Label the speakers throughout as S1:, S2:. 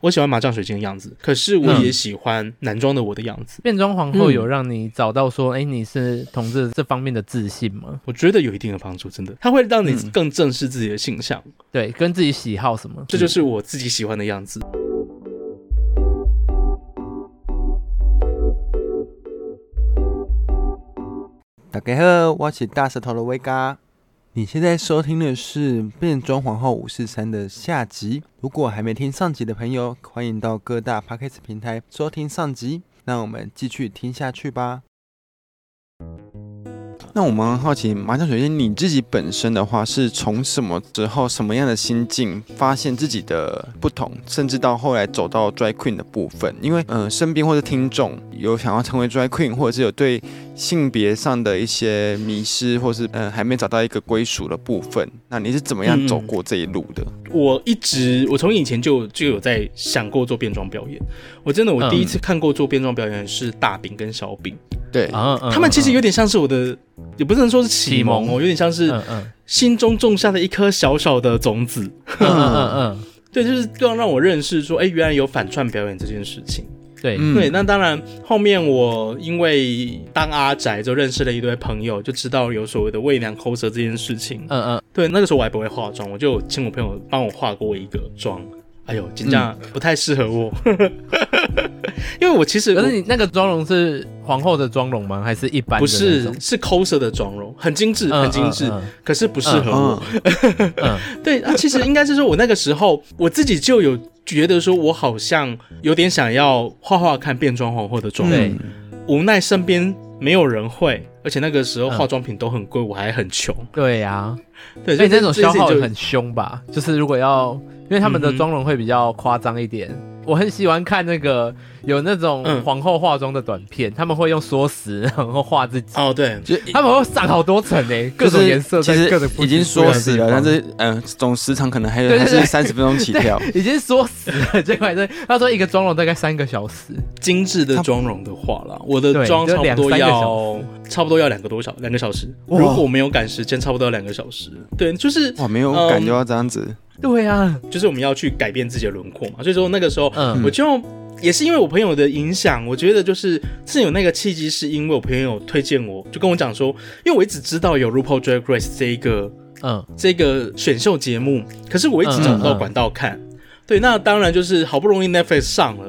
S1: 我喜欢麻将水晶的样子，可是我也喜欢男装的我的样子。
S2: 变装皇
S1: 嗯
S2: 后有让你找到说，哎、你是同志这方面的自信吗？
S1: 我觉得有一定的帮助，真的，它会让你
S2: 嗯
S1: 更正视自己的形象，
S2: 对，跟自己喜好什么？
S1: 这就是我自己喜欢的样子。
S3: 大家好，我是大舌头的威嘎。你现在收听的是《变装皇后五四三》的下集。如果还没听上集的朋友，欢迎到各大 podcast 平台收听上集。那我们继续听下去吧。那我们很好奇，麻将水晶你自己本身的话，是从什么时候、什么样的心境发现自己的不同，甚至到后来走到 drag queen 的部分？因为，嗯、身边或者听众有想要成为 drag queen，或者是有对性别上的一些迷失，或是嗯还没找到一个归属的部分，那你是怎么样
S1: 嗯
S3: 走过这一路的？
S1: 我一直，我从以前就就有在想过做变装表演。我真的，我第一次看过做变装表演是大饼跟小饼，
S3: 对，
S2: 啊，嗯
S1: 他们其实有点像是我的，也不能说是启蒙
S2: 启
S1: 哦，有点像是
S2: 嗯嗯
S1: 心中种下的一颗小小的种子。
S2: 嗯嗯嗯
S1: 对，就是让让我认识说，哎，原来有反串表演这件事情。
S2: 嗯，对，
S3: 嗯
S1: 对，那当然，后面我因为当阿宅就认识了一堆朋友，就知道有所谓的媚娘抠舌这件事情。
S2: 嗯嗯，
S1: 对，那个时候我还不会化妆，我就请我朋友帮我化过一个妆。哎呦，真的
S2: 嗯
S1: 不太适合我， 因为我其实
S2: 可是你那个妆容是皇后的妆容吗？还是一般的
S1: 不
S2: 那
S1: 是
S2: 种？
S1: 是抠舌的妆容，很精致，
S2: 嗯
S1: 很精致，
S2: 嗯
S1: 可是不适合我。
S3: 嗯，
S2: 嗯嗯
S1: 对，啊，其实应该是说，我那个时候我自己就有觉得说，我好像有点想要画画看变装皇后的妆，
S2: 对
S1: 无奈身边没有人会，而且那个时候
S2: 嗯
S1: 化妆品都很贵，我还很穷。
S2: 对呀，
S1: 对，所
S2: 所以
S1: 以
S2: 那种消
S1: 这
S2: 耗
S1: 件事
S2: 很凶吧？就是如果要，因为他们的
S1: 嗯哼
S2: 妆容会比较夸张一点。我很喜欢看那个有那种
S1: 嗯
S2: 皇后化妆的短片，他们会用缩时然后画自己
S1: 情，哦，对，
S3: 就
S2: 他们会上好多层诶，各
S3: 就是
S2: 种颜色
S3: 其
S2: 在各种
S3: 实
S2: 不
S3: 已经
S2: 不
S3: 说
S2: 一样的
S3: 死
S2: 地
S3: 了，
S2: 方
S3: 但是嗯，总时长可能还有
S2: 对
S3: 还
S2: 对
S3: 是
S2: 对
S3: 三十分钟起跳。
S2: 已经说死了，这块对，他说一个妆容大概三个小时，
S1: 精致的妆容的话啦，我的
S2: 对
S1: 妆
S2: 就
S1: 差不
S2: 两
S1: 多
S2: 三个
S1: 要
S2: 小
S1: 差不多要两个多小两个小时，
S3: 哇
S1: 如果没有赶时间，差不多要两个小时。对，就是
S3: 哇，没有
S1: 嗯
S3: 感觉到这样子，
S2: 对啊，
S1: 就是我们要去改变自己的轮廓嘛。所以说那个时候，
S2: 嗯
S1: 我就也是因为我朋友的影响，我觉得就是是有那个契机，是因为我朋友推荐我，就跟我讲说，因为我一直知道有 RuPaul Drag Race 这一个
S2: 嗯
S1: 这个选秀节目，可是我一直找不到管道看。
S2: 嗯
S1: 对，那当然就是好不容易 Netflix 上了，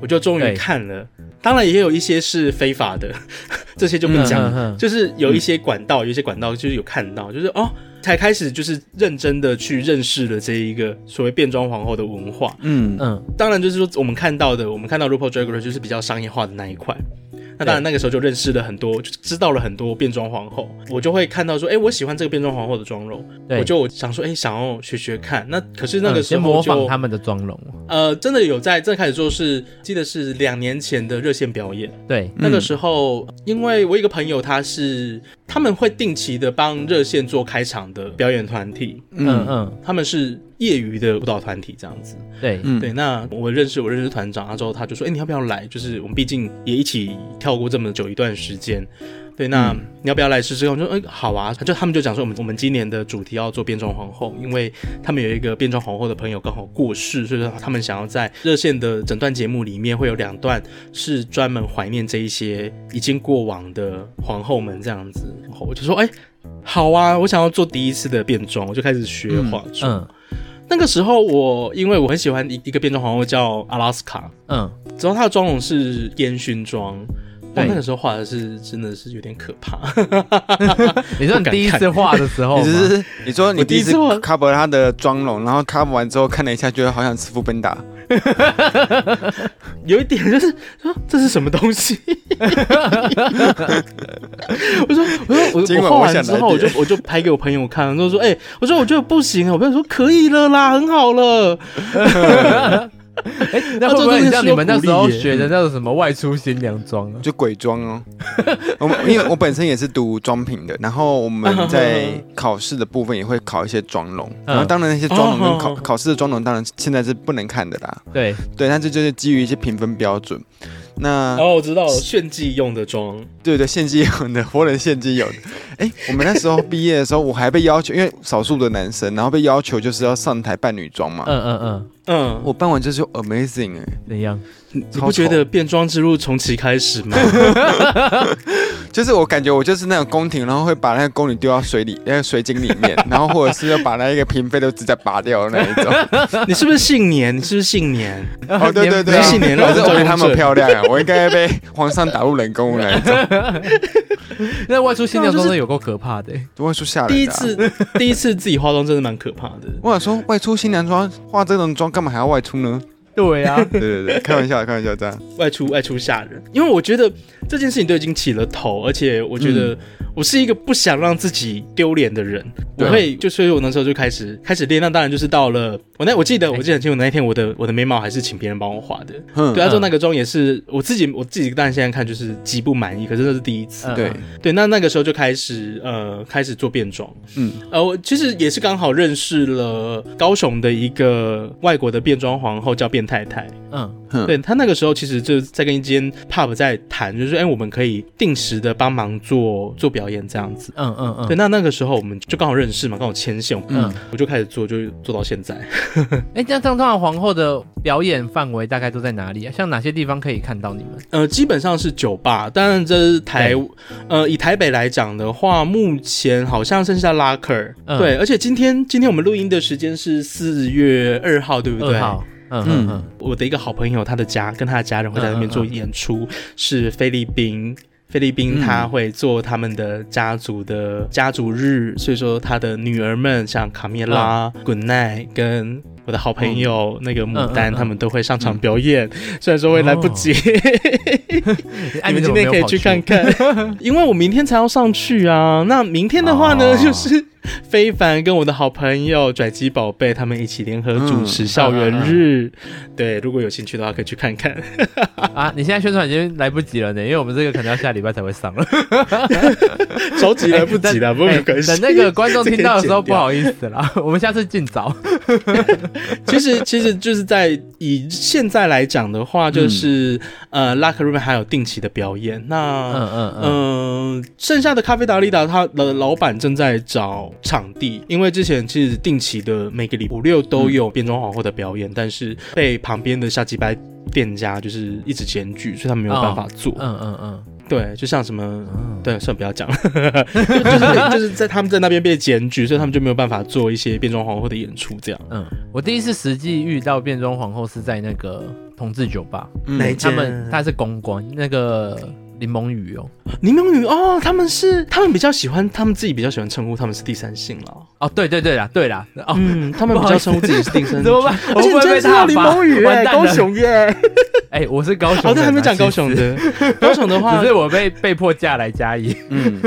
S1: 我就终于
S2: 对
S1: 看了。当然也有一些是非法的， 这些就不
S2: 嗯
S1: 讲了。
S2: 嗯
S1: 就是有一些管道，有一些管道就是有看到，就是哦，才开始就是认真的去认识了这一个所谓变装皇后的文化。
S3: 嗯，
S2: 嗯
S1: 当然，就是说我们看到的，我们看到 RuPaul Drag Race 就是比较商业化的那一块。那当然，那个时候就认识了很多，就知道了很多变装皇后。我就会看到说，哎、我喜欢这个变装皇后的妆容，
S2: 对
S1: 我就想说，哎、想要学学看。那可是那
S2: 嗯
S1: 个时
S2: 先
S1: 候
S2: 模
S1: 就、
S2: 仿他们的妆容，
S1: 呃，真的有在正开始做是，记得是两年前的热线表演。
S2: 对，
S3: 嗯
S1: 那个时候，因为我有一个朋友，他是他们会定期的帮热线做开场的表演团体，
S2: 嗯嗯
S1: 他们是业余的舞蹈团体这样子。
S2: 对，
S3: 嗯
S1: 对，，那我认识我认识团长，他之后他就说，哎、你要不要来？就是我们毕竟也一起跳过这么久一段时间。对，那
S3: 嗯
S1: 你要不要来试试看？我说，嗯、好啊。就他们就讲说，我们我们今年的主题要做变装皇后，因为他们有一个变装皇后的朋友刚好过世，所以说他们想要在热线的诊断节目里面会有两段是专门怀念这一些已经过往的皇后们这样子。我就说，哎、好啊，我想要做第一次的变装，我就开始学化妆。
S2: 嗯
S1: 那个时候我因为我很喜欢一一个变装皇后叫阿拉斯卡，
S2: 嗯，
S1: 然后她的妆容是烟熏妆。哇，
S2: 对
S1: 那个时候画的是真的是有点可怕，
S2: 你说你第一次画的时候
S3: 你
S2: 吗，
S3: 只 是你说你
S1: 我第
S3: 第
S1: 一
S3: 一次
S1: 次玩
S3: cover 他的妆容，然后 cover 完之后看了一下，觉得好想吃副本打，
S1: 有一点就是说这是什么东西。 我说我说我
S3: 今晚
S1: 我
S3: 我
S1: 画完
S3: 想
S1: 之
S3: 来
S1: 后我就
S3: 点
S1: 我就拍给我朋友看，然后说哎、我说我觉得不行啊，我朋友说可以了啦，很好了。
S3: 啊
S2: 哎，那会不会很像你们那
S1: 他做这件
S2: 时候
S1: 事有鼓励耶
S2: 学的那种什么外出新娘妆啊？
S3: 就鬼妆哦。我们因为我本身也是读妆品的，然后我们在考试的部分也会考一些妆容，
S2: 嗯
S3: 然后当然那些妆容跟考
S1: 哦
S3: 考试的妆容当然现在是不能看的啦。
S2: 对，
S3: 对，但这就是基于一些评分标准。那
S1: 哦，我知道了，炫技用的妆，
S3: 对对，献祭有的，活人献 祭有的。哎，我们那时候毕业的时候，我还被要求，因为少数的男生，然后被要求就是要上台扮女装嘛。
S1: 呃
S2: 嗯嗯嗯，
S1: 嗯，
S3: 我嗯扮完就是 amazing 哎、
S2: 怎样？
S1: 你不觉得变装之路从其开始吗？
S3: 就是我感觉我就是那种宫廷，然后会把那个宫女丢到水里，那个水井里面，然后或者是要把那一个嫔妃都直接拔掉的那 一种。
S1: 你是不是姓年？你是不是姓年？
S3: 哦，对对对，
S1: 没信念
S3: 我是
S1: 让我
S3: 我觉得
S1: 照
S3: 她
S1: 顾
S3: 们
S1: 者
S3: 漂亮啊，我应该被皇上打入冷宫来，
S2: 那外出新娘妆真的有够可怕的、欸，
S3: 都会出下来、啊。
S1: 第一，次，第一次自己化妆真的蛮可怕的。
S3: 我想说外出新娘妆，化这种妆干嘛还要外出呢？
S2: 对啊，
S3: 对对对，开玩笑，开玩笑，这样。
S1: 外出外出吓人，因为我觉得这件事情都已经起了头，而且我觉
S2: 嗯
S1: 得我是一个不想让自己丢脸的人，
S2: 对啊
S1: 我会就所以我那时候就开始开始练，那当然就是到了我那我记
S2: 哎
S1: 得我记得很清楚那一天我的我的眉毛还是请别人帮我画的，
S3: 嗯
S1: 对，他说
S2: 嗯
S1: 那个妆也是我自己我自己，当然现在看就是极不满意，可是那是第一次，
S2: 嗯
S3: 对，
S1: 对，那那个时候就开始呃开始做变装，
S3: 嗯，
S1: 呃，我其实也是刚好认识了高雄的一个外国的变装皇后，叫变太太。
S2: 嗯
S3: 嗯
S1: 对他那个时候其实就是在跟一间 pub 在谈，就是哎、我们可以定时的帮忙做做表演这样子。
S2: 嗯嗯嗯，
S1: 对，那那个时候我们就刚好认识嘛，刚好牵线，
S2: 嗯
S1: 嗯，我就开始做，就做到现在。
S2: 哎、这样通常皇后的表演范围大概都在哪里啊？像哪些地方可以看到你们？
S1: 呃，基本上是酒吧，当然这是台，呃，以台北来讲的话，目前好像剩下拉克尔、
S2: 嗯
S1: 对，而且今天今天我们录音的时间是四月二号，对不对？
S2: 二号，嗯嗯嗯，
S1: 我的一个好朋友，他的家跟他的家人会在那边做演
S2: 嗯
S1: 出，是菲律宾。菲律宾他会做他们的家族的家族日，所以说他的女儿们像卡米拉、滚奈跟我的好朋友那个牡丹，
S2: 啊嗯嗯嗯嗯
S1: 他们都会上场表演。虽然说会来不及，
S2: 哎
S1: 你们
S2: 怎
S1: 今天可
S2: 么没
S1: 以
S2: 有跑
S1: 去看看， 因为我明天才要上去啊。那明天的话呢，
S2: 哦
S1: 就是 非凡跟我的好朋友拽鸡宝贝他们一起联合主持校园
S2: 嗯
S1: 日。对，如果有兴趣的话，可以去看看。
S2: 啊！你现在宣传已经来不及了呢，因为我们这个可能要下礼拜才 会上了。
S1: 着急来不 及了，不过没
S2: 哎
S1: 关系。
S2: 等那个观众听到的时候，
S1: 这
S2: 不
S1: 个
S2: 好意思啦，我们下次尽早。
S1: 剪掉，其实其实就是在以现在来讲的
S2: 嗯
S1: 话，就是、呃，拉克 room 还有定期的表演。那
S2: 嗯嗯嗯，
S1: 嗯，剩下的咖啡达利达，他的老板正在找场地，因为之前其实定期的每个礼五
S2: 嗯
S1: 六都有变装皇后的表演，但是被旁边的下鸡掰店家就是一直检举，所以他们没有办法做。
S2: 嗯哦嗯嗯，
S1: 对，就像什么，对，算了不要 讲了，就是就是在他们在那边被检举，所以他们就没有办法做一些变装皇后的演出这样。
S2: 嗯，我第一次实际遇到变装皇后是在那个同志酒吧，
S3: 嗯
S1: 哪一
S2: 他
S1: 间
S2: 们他是公关那个柠檬雨哦，
S1: 啊柠檬女哦，他们是他们比较喜欢，他们自己比较喜欢称呼他们是第三性了。
S2: 哦对对对啦对啦，哦
S1: 嗯，他们比较称呼自己是第三性
S2: 怎。么 办？
S1: 而且你
S2: 哦
S1: 真
S2: 我会不
S1: 的
S2: 会
S1: 知道
S2: 被
S1: 柠
S2: 他罚
S1: 檬雨
S2: 完
S1: 哎、
S2: 蛋了
S1: 高雄耶、
S2: 哎，我是高雄人啊，
S1: 哦，对，还没讲高雄
S2: 其实，
S1: 的。 高雄的话
S2: 只，是我被被迫嫁来嘉义。
S3: 嗯，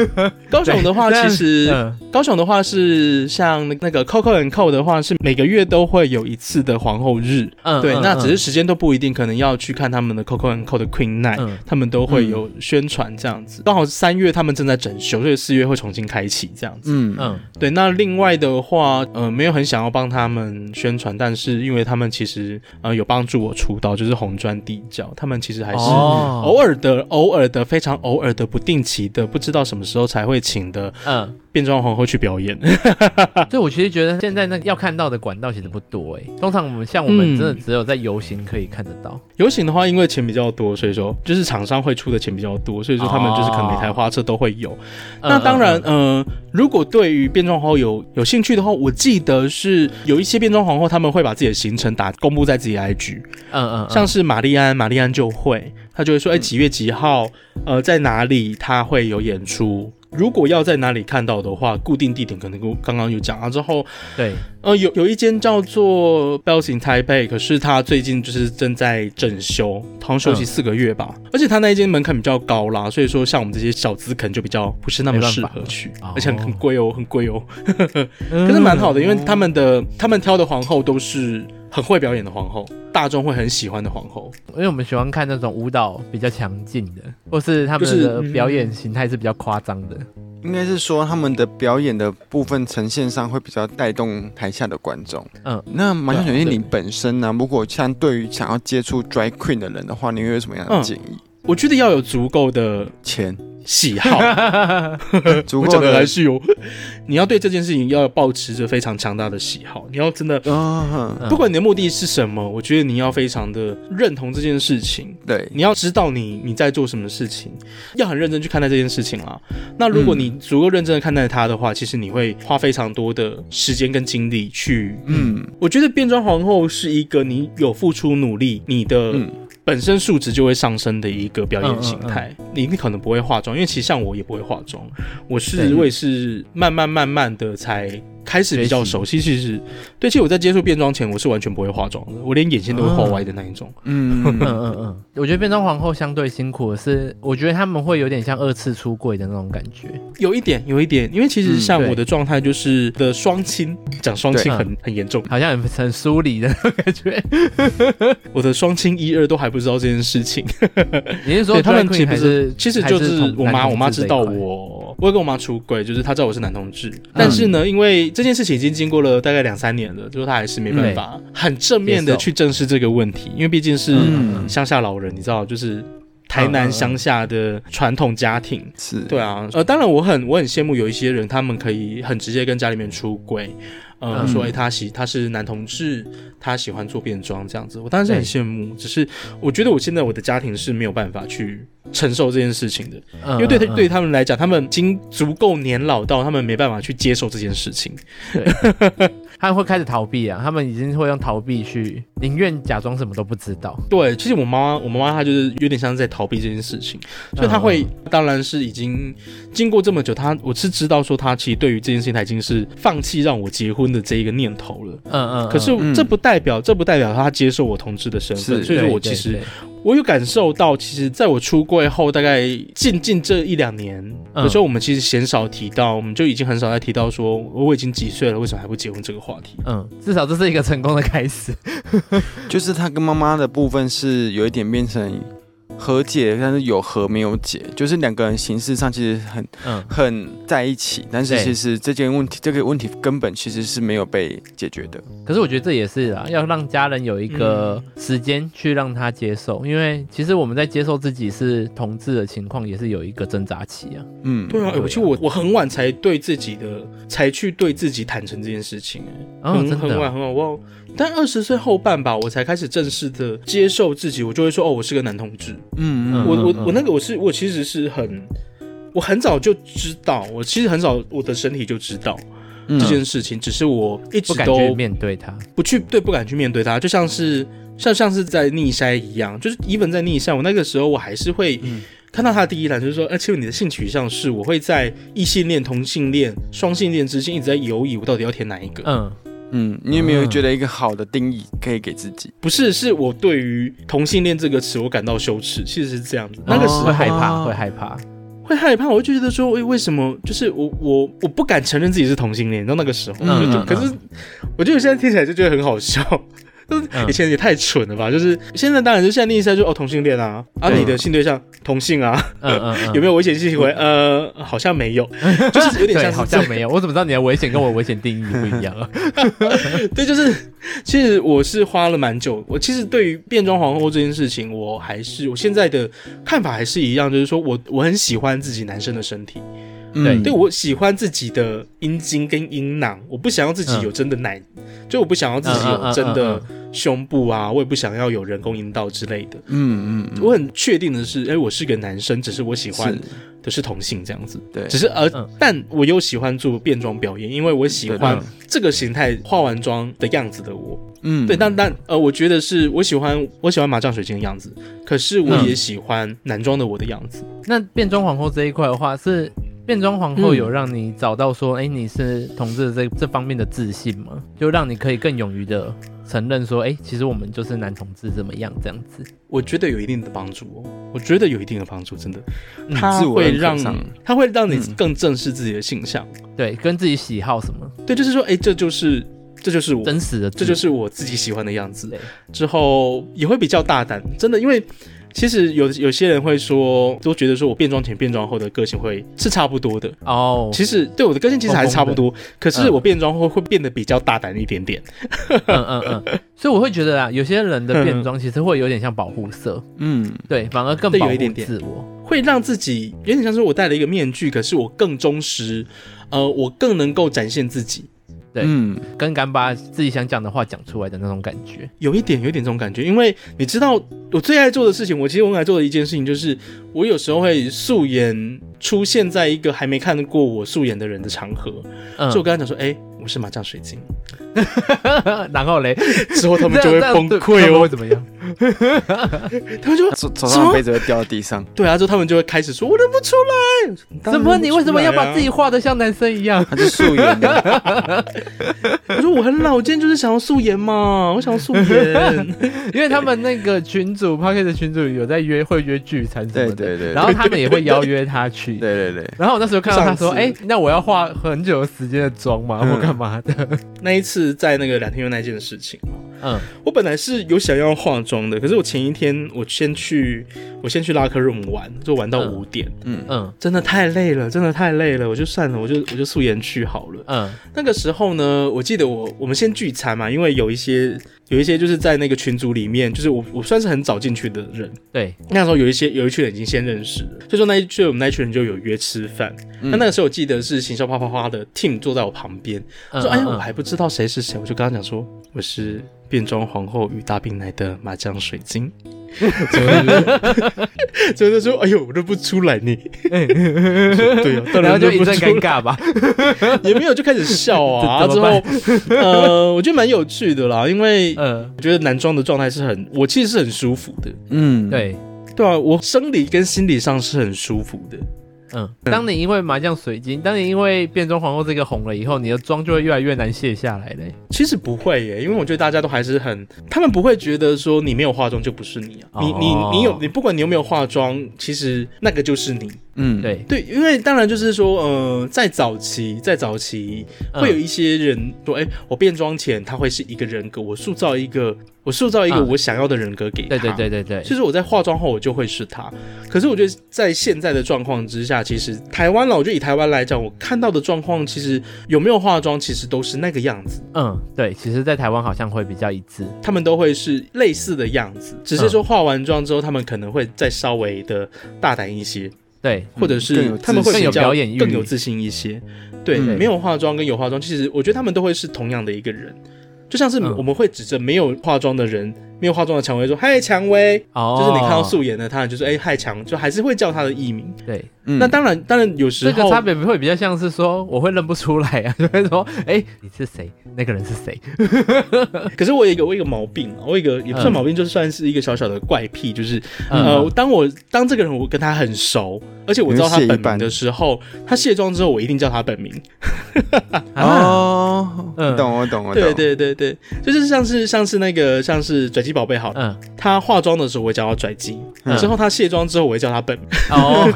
S1: 高雄的话，
S2: 对
S1: 其实
S2: 嗯
S1: 高雄的话是像那个 Coco and Co 的话，是每个月都会有一次的皇后日。
S2: 嗯
S1: 对，
S2: 嗯
S1: 那
S2: 嗯
S1: 只是时间都不一定，可能要去看他们的 Coco and Co 的 Queen Night，
S2: 嗯
S1: 他们都会有宣传这样子。刚好三月他们正在整修，所以四月会重新开启这样子。
S3: 嗯嗯
S2: 嗯
S1: 对，那另外的话，呃，没有很想要帮他们宣传，但是因为他们其实呃有帮助我出道，就是红砖地窖，他们其实还是
S2: 哦
S1: 偶尔的、偶尔的、非常偶尔的、不定期的，不知道什么时候才会请的
S2: 嗯。
S1: 变装皇后去表演。
S2: 对，我其实觉得现在那个要看到的管道其实不多哎、通常我们像我们
S1: 嗯
S2: 真的只有在游行可以看得到。
S1: 游行的话，因为钱比较多，所以说就是厂商会出的钱比较多，所以说他们就是可能每台花车都会有。那
S2: 嗯
S1: 当然，
S2: 嗯
S1: 呃，如果对于变装皇后有有兴趣的话，我记得是有一些变装皇后他们会把自己的行程打公布在自己的 IG，
S2: 嗯嗯，
S1: 像是玛丽安，玛丽安就会，她就会说，哎、几月几号，呃，在哪里，她会有演出。如果要在哪里看到的话，固定地点可能跟我刚刚有讲啊。之后，
S2: 对，
S1: 呃，有有一间叫做 Bells in Taipei，可是它最近就是正在整修，好像休息四个月吧。
S2: 嗯
S1: 而且它那一间门槛比较高啦，所以说像我们这些小资可能就比较不是那么
S2: 没办
S1: 适
S2: 法嗯
S1: 合去
S2: 哦，
S1: 而且很贵哦，很贵哦。
S2: 可
S1: 可是蛮好的，因为他们的他们挑的皇后都是很会表演的皇后，大众会很喜欢的皇后。
S2: 因为我们喜欢看那种舞蹈比较强劲的，或是他
S1: 就
S2: 们
S1: 是嗯
S2: 的表演形态是比较夸张的。
S3: 应该是说他们的表演的部分呈现上会比较带动台下的观众。
S2: 嗯，
S3: 那麻将小
S1: 对啊
S3: 精
S1: 对
S3: 灵本身呢、如果像对于想要接触 drag queen 的人的话，你会有什么样的
S1: 嗯
S3: 建议？
S1: 我觉得要有足够的
S3: 钱
S1: 喜好，
S3: 足
S1: 我
S3: 够
S1: 讲的
S3: 的
S1: 还是有，你要对这件事情要保持着非常强大的喜好，你要真的。
S3: 啊、
S2: 嗯
S1: 不管你的目的是什么，我觉得你要非常的认同这件事情，
S3: 对，
S1: 你要知道你你在做什么事情，要很认真去看待这件事情啦。那如果你足够认真的看待它的话，其实你会花非常多的时间跟精力去。
S3: 嗯
S1: 我觉得变装皇后是一个你有付出努力，你的
S3: 嗯
S1: 本身数值就会上升的一个表演形
S2: 嗯
S1: 态。你你可能不会化妆，因为其实像我也不会化妆，我
S2: 对
S1: 是我也是慢慢慢慢的才开始比较
S2: 学习
S1: 熟悉。其实，对，其实我在接触变装前，我是完全不会化妆的，我连眼线都会画
S2: 哦
S1: 歪的那一种。
S3: 嗯
S2: 嗯
S3: 嗯
S2: 嗯嗯，我觉得变装皇后相对辛苦的是，我觉得他们会有点像二次出柜的那种感觉。
S1: 有一点，有一点，因为其实
S3: 嗯
S1: 像
S2: 嗯对嗯
S1: 我的状态就是的双亲，讲双亲
S3: 对
S1: 很很严重，
S2: 好像很很疏离的那种感觉。
S1: 我的双亲一二都还不知道这件事情。
S2: 你是说
S1: 对他们
S2: drag queen
S1: 其
S2: 还
S1: 实
S2: 是
S1: 其实
S2: 还
S1: 就是是
S2: 同
S1: 我妈，
S2: 男同
S1: 我妈
S2: 志
S1: 知
S2: 这一
S1: 道
S2: 块
S1: 我，我会跟我妈出轨，就是她知道我是男同志，但是
S2: 嗯
S1: 呢，因为这件事情已经经过了大概两三年了，就是她还是没办法很正面的
S2: 嗯接受
S1: 去正视这个问题，因为毕竟是
S3: 嗯
S1: 乡下老人，你知道，就是台
S2: 嗯
S1: 南乡下的传统家庭，
S3: 是，
S1: 对啊，呃，当然我很我很羡慕有一些人，他们可以很直接跟家里面出轨，呃，
S2: 嗯
S1: 说哎、诶他喜他是男同志，他喜欢做变装这样子，我当然是很
S2: 对
S1: 羡慕。只是我觉得我现在我的家庭是没有办法去承受这件事情的，
S2: 嗯
S1: 因为对他
S2: 嗯
S1: 对
S2: 嗯
S1: 他们来讲，他们已经足够年老到他们没办法去接受这件事情。
S2: 他们会开始逃避啊，他们已经会用逃避去，宁愿假装什么都不知道。
S1: 对，其实我妈妈，我妈妈她就是有点像是在逃避这件事情，所以她会，
S2: 嗯
S1: 当然是已经经过这么久，她我是知道说她其实对于这件事情，她已经是放弃让我结婚的这一个念头了。
S2: 嗯嗯嗯
S1: 可是
S3: 嗯
S1: 这不代表，这不代表她接受我同志的身份，
S3: 是
S1: 所以说
S2: 对
S1: 我
S2: 对
S1: 其实
S2: 对
S1: 我有感受到，其实在我出柜后，大概近近这一两年，
S2: 嗯
S1: 有时候我们其实鲜少提到，我们就已经很少再提到说我已经几岁了，为什么还不结婚这个话题。
S2: 嗯，至少这是一个成功的开始。
S3: 就是他跟妈妈的部分是有一点变成和解，但是有和没有解，就是两个人形式上其实很
S2: 嗯，
S3: 很在一起，但是
S2: 对
S3: 其实这件问题这个问题根本其实是没有被解决的。
S2: 可是我觉得这也是啊，要让家人有一个
S1: 嗯
S2: 时间去让他接受，因为其实我们在接受自己是同志的情况，也是有一个挣扎期啊。
S3: 嗯，
S1: 对啊，
S2: 对啊
S1: 我其实我我很晚才对自己的才去对自己坦诚这件事情、欸，
S2: 哦，
S1: 很
S2: 真
S1: 很
S2: 的
S1: 晚
S2: 啊，
S1: 很晚，我但二十岁后半吧，我才开始正式的接受自己，我就会说哦，我是个男同志。
S3: 嗯
S2: 嗯
S1: 我我
S2: 嗯
S1: 我那个我是我其实是很，我很早就知道，我其实很早我的身体就知道
S3: 嗯
S1: 这件事情，只是我一直
S2: 不敢去
S1: 都
S2: 面对他。
S1: 不去对不敢去面对它，就像是像像是在逆筛一样，就是 even 在逆筛，我那个时候我还是会。看到他的第一栏，就是说，而且你的性取向是，我会在异性恋、同性恋、双性恋之间一直在犹疑，我到底要填哪一个？
S2: 嗯，
S3: 嗯，你有没有觉得一个好的定义可以给自己？
S1: 不是，是我对于同性恋这个词我感到羞耻，其实是这样子。那个时候啊
S2: 嗯会害怕，
S3: 哦
S2: 会害怕。
S1: 会害怕，我就觉得说，诶，为什么？就是我我我不敢承认自己是同性恋，你知道那个时候，
S3: 嗯
S1: 就就
S3: 嗯
S1: 可是我觉得现在听起来就觉得很好笑。 就是
S2: 嗯
S1: 以前也太蠢了吧！就是现在当然就现在另一下就哦同性恋啊啊
S3: 对
S1: 你的性对象同性啊
S2: 嗯嗯嗯，
S1: 有没有危险性行为？呃好像没有， 就是有点
S2: 对，
S1: 像
S2: 好
S1: 是这
S2: 像没有。我怎么知道你的危险跟我的危险定义不一样 啊？
S1: 对，就是其实我是花了蛮久，我其实对于变装皇后这件事情，我还是我现在的看法还是一样，就是说我我很喜欢自己男生的身体，
S3: 嗯
S1: 对，我喜欢自己的阴茎跟阴囊，我不想要自
S3: 嗯
S1: 己有真的奶，就我不想要自己有真的胸部啊，我也不想要有人工阴道之类的。
S3: 嗯嗯嗯，
S1: 我很确定的是，哎、我是个男生，只是我喜欢
S3: 是，
S1: 的是同性这样子，
S3: 对，
S1: 只是呃，
S2: 嗯
S1: 但我又喜欢做变装表演，因为我喜欢
S3: 对
S1: 这个形态化完妆的样子的我。
S3: 嗯
S1: 对，但但呃，我觉得是我喜欢我喜欢麻将水晶的样子，可是我
S2: 嗯
S1: 也喜欢男装的我的样子。
S2: 那变装皇后这一块的话，是变装皇
S1: 嗯
S2: 后有让你找到说，哎、你是同志的这这方面的自信吗？就让你可以更勇于的承认说，哎、其实我们就是男同志怎么样这样子。
S1: 我觉得有一定的帮助哦，我觉得有一定的帮助，真的，
S2: 嗯
S1: 它
S3: 自我
S1: 会
S3: 认可
S1: 让
S3: 上
S1: 它会让你
S3: 嗯
S1: 更正视自己的性向，
S2: 对，跟自己喜好什么
S1: 对，就是说，哎，这就是这就是我，
S2: 真实的自
S1: 这
S2: 己，
S1: 就是我自己喜欢的样子
S2: 对。
S1: 之后也会比较大胆，真的，因为其实有有些人会说，都觉得说我变装前变装后的个性会是差不多的。
S2: 哦，
S1: 其实对我的个性其实还是差不多，可是我变装后会变得比较大胆一点点。
S2: 嗯嗯嗯，所以我会觉得啊，有些人的变装其实会有点像保护色，
S3: 嗯，
S2: 对，反而更
S1: 对嗯
S2: 保
S1: 有一
S2: 护
S1: 点点
S2: 自我。
S1: 会让自己有点像是我戴了一个面具，可是我更忠实，呃，我更能够展现自己，
S2: 对
S3: 嗯，
S2: 更敢把自己想讲的话讲出来的那种感觉，
S1: 有一点有一点这种感觉。因为你知道，我最爱做的事情，我其实我很爱做的一件事情就是，我有时候会素颜出现在一个还没看过我素颜的人的场合，
S2: 嗯
S1: 所以我，跟他讲说，哎、我是麻将水晶，
S2: 然后嘞，
S1: 之后他们就会
S2: 这样
S1: 崩
S2: 这样对他
S1: 溃
S2: 们会
S1: 哦，
S2: 怎么样？
S1: 他们就
S3: 手
S1: 什
S3: 手上
S1: 么
S3: 的杯子会掉到地上，
S1: 对啊，之后他们就会开始说，我认不出来，啊
S2: 怎么你为什么要把自己
S1: 己？
S2: 画的像男生一样？
S3: 它是素 颜的，
S1: 我说我很老，我今天就是想要素颜嘛，我想要素颜。
S2: 因为他们那个群主 p o c k e t 群主有在约会约聚餐什么的，
S3: 对对对
S2: 然后他们也会邀约他 去。
S3: 对对对，
S2: 然后我那时候看到他说：“
S1: 上次
S2: 哎、那我要化很久的时间的妆吗？
S3: 嗯
S2: 我干嘛的
S1: 那一次在那个两天又那件事情，？”
S2: 嗯，
S1: 我本来是有想要化妆的，可是我前一天我先去我先去拉克 room 玩，就玩到
S2: 嗯
S1: 五点，
S3: 嗯
S2: 嗯
S1: 真的太累了，真的太累了，我就算了，我就我就素颜去好了。
S2: 嗯
S1: 那个时候呢，我记得我我们先聚餐嘛，因为有一些有一些就是在那个群组里面，就是我我算是很早进去的人，
S2: 对，
S1: 那时候有一些有一群人已经先认识了，所以说那一群我们那一群人就有约吃饭。
S3: 嗯
S1: 那那个时候我记得是行销啪啪啪的 Tim 坐在我旁边，
S2: 嗯
S1: 说：“哎呀，
S2: 嗯
S1: 我还不知道谁是谁。”我就跟他讲说：“我是变装皇后与大兵来的麻将水晶。” 真的说：“哎呦，我认不出来你。我说”对啊，当
S2: 然后就
S1: 认
S2: 一
S1: 不
S2: 阵
S1: 出
S2: 尴尬吧。
S1: 也没有就开始笑啊。之
S2: 这 怎么
S1: 后，呃，我觉得蛮有趣的啦，因为
S2: 嗯，
S1: 我觉得男装的状态是很，我其实是很舒服的。
S3: 嗯，
S2: 对，
S1: 对啊，我生理跟心理上是很舒服的。
S2: 嗯，当你因为麻将水晶，当你因为变装皇后这个红了以后，你的妆就会越来越难卸下来嘞。
S1: 其实不会耶，因为我觉得大家都还是很，他们不会觉得说你没有化妆就不是你啊，
S2: 哦
S1: 你你你有你不管你有没有化妆，其实那个就是你。
S3: 嗯，
S2: 对，
S1: 对，因为当然就是说，呃，在早期，在早期
S2: 嗯
S1: 会有一些人说，哎、我变装前他会是一个人格，我塑造一个，我塑造一个
S2: 嗯
S1: 我想要的人格给他。
S2: 对对对对对，
S1: 其实我在化妆后我就会是他，可是我觉得在现在的状况之下，其实台湾了，我就以台湾来讲，我看到的状况其实有没有化妆，其实都是那个样子，
S2: 嗯，对，其实，在台湾好像会比较一致。
S1: 他们都会是类似的样子，只是说化完妆之后，他们可能会再稍微的大胆一些，
S2: 对，
S1: 或者
S3: 嗯更
S1: 是
S3: 有
S1: 他们会
S3: 自信
S1: 比较
S2: 更有表演欲
S1: 更有自信一些。对，
S3: 嗯
S1: 没有化妆跟有化妆，其实我觉得他们都会是同样的一个人，就像是
S2: 嗯
S1: 我们会指着没有化妆的人。没有化妆的蔷薇说：“嗨，蔷薇。”
S2: 哦，
S1: 就是你看到素颜的他，就是哎、嗨强，就还是会叫他的艺名。
S2: 对，
S3: 嗯
S1: 那当然，当然有时
S2: 这个
S1: 候
S2: 差别会比较像是说，我会认不出来啊，就 会说，哎，你是谁？那个人是谁？
S1: 可是我有一个我有一个毛病，啊我有一个也
S3: 嗯
S1: 不算毛病，就算是一个小小的怪癖，就是、
S2: 嗯
S1: 呃，当我当这个人我跟他很熟，而且我知道他
S3: 你会卸
S1: 本名
S3: 一半
S1: 的时候，他卸妆之后我一定叫他本名。
S2: 啊，
S3: 哦，
S2: 嗯
S3: 我懂我懂我懂，
S1: 对对对对，就是像是像是那个像是拽鸡宝贝好了，
S2: 嗯，
S1: 他化妆的时候我会叫他拽鸡，
S2: 嗯
S1: 之后他卸妆之后我会叫他本 名，
S2: 哦，